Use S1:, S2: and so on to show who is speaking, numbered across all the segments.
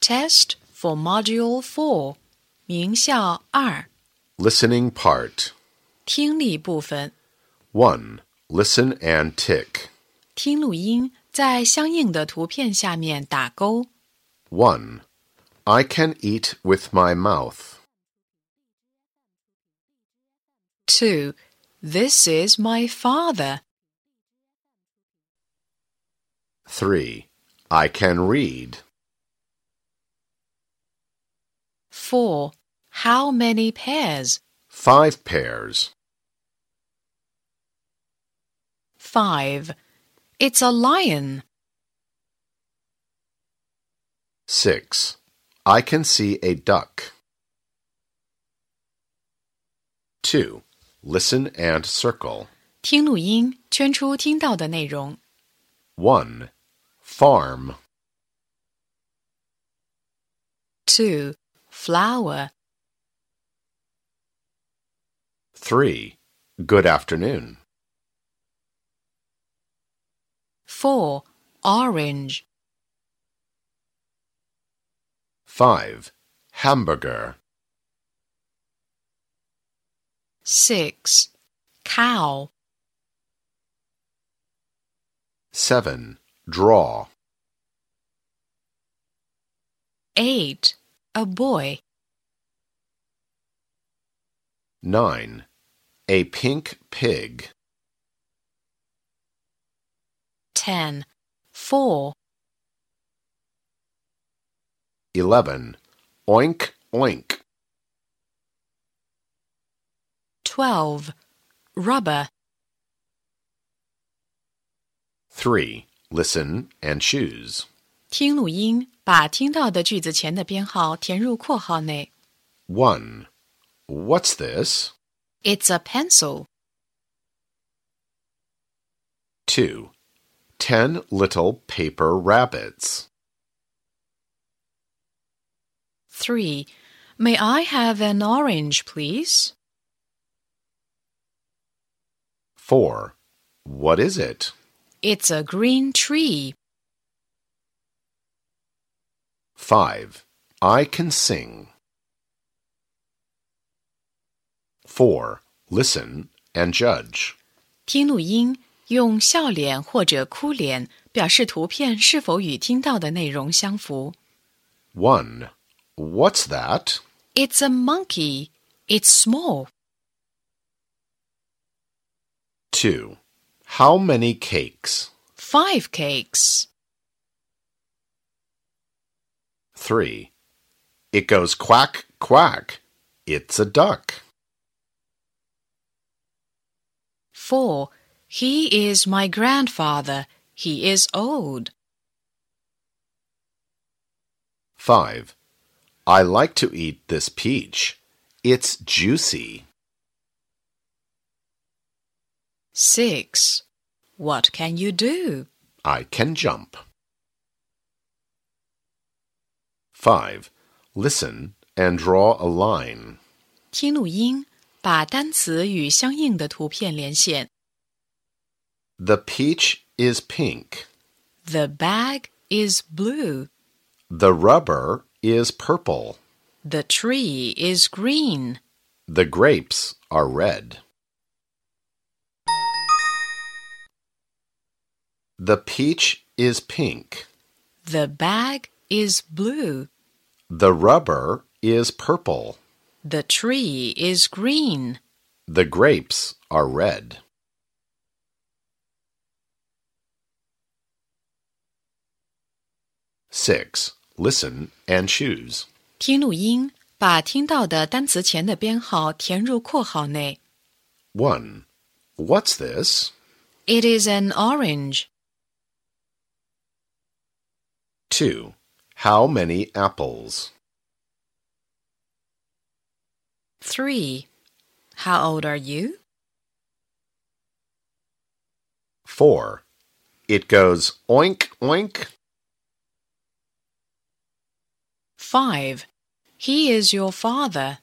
S1: Test for Module 4, 名校二
S2: Listening part
S1: 听力部分。
S2: 1. Listen and tick.
S1: 听录音，在相应的图片下面打勾。
S2: 1. I can eat with my mouth.
S1: 2. This is my father.
S2: 3. I can read.
S1: 4. How many pairs?
S2: 5 pairs.
S1: 5. It's a lion.
S2: 6. I can see a duck. 2. Listen and circle.
S1: 听录音，圈出听到的内容。
S2: 1. Farm.
S1: 2. Flower.
S2: 3. Good afternoon.
S1: 4. Orange.
S2: 5. Hamburger.
S1: 6. Cow.
S2: 7. Draw.
S1: 8. A boy.
S2: 9. A pink pig.
S1: 10. 4.
S2: 11. Oink, oink.
S1: 12. Rubber.
S2: 3. Listen and choose.
S1: 听录音，把听到的句子前的编号填入括号内。
S2: 1. What's this?
S1: It's a pencil.
S2: 2. 10 little paper rabbits.
S1: 3. May I have an orange, please?
S2: 4. What is it?
S1: It's a green tree.
S2: 5. I can sing. 4. Listen and judge.
S1: 听录音，用笑脸或者哭脸表示图片是否与听到的内容相符。
S2: 1. What's that?
S1: It's a monkey. It's small.
S2: 2. How many cakes?
S1: Five cakes.
S2: 3. It goes quack, quack. It's a duck.
S1: Four. He is my grandfather. He is old.
S2: 5. I like to eat this peach. It's juicy.
S1: Six. What can you do?
S2: I can jump. 5. Listen and draw a line.
S1: 听录音，把单词与相应的图片连线。
S2: The peach is pink.
S1: The bag is blue.
S2: The rubber is purple.
S1: The tree is green.
S2: The grapes are red. The peach is pink.
S1: The bag is blue.
S2: The rubber is purple.
S1: The tree is green.
S2: The grapes are red. Six. Listen and choose.
S1: 听录音，把听到的单词前的编号填入括号内。
S2: One. What's this?
S1: It is an orange.
S2: Two. How many apples?
S1: Three. How old are you?
S2: Four. It goes oink oink.
S1: Five. He is your father.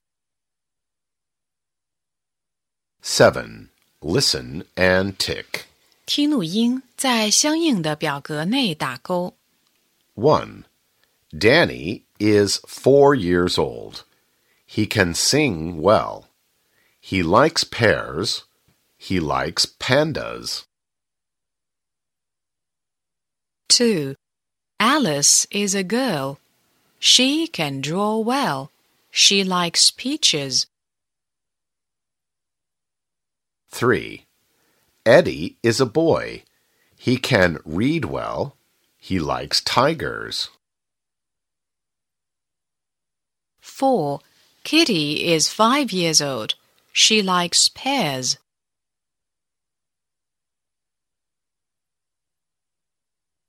S2: Seven. Listen and tick.
S1: 听录音，在相应的表格内打勾。
S2: One. Danny is four years old. He can sing well. He likes pears. He likes pandas.
S1: 2. Alice is a girl. She can draw well. She likes peaches.
S2: 3. Eddie is a boy. He can read well. He likes tigers.
S1: 4. Kitty is 5 years old. She likes pears.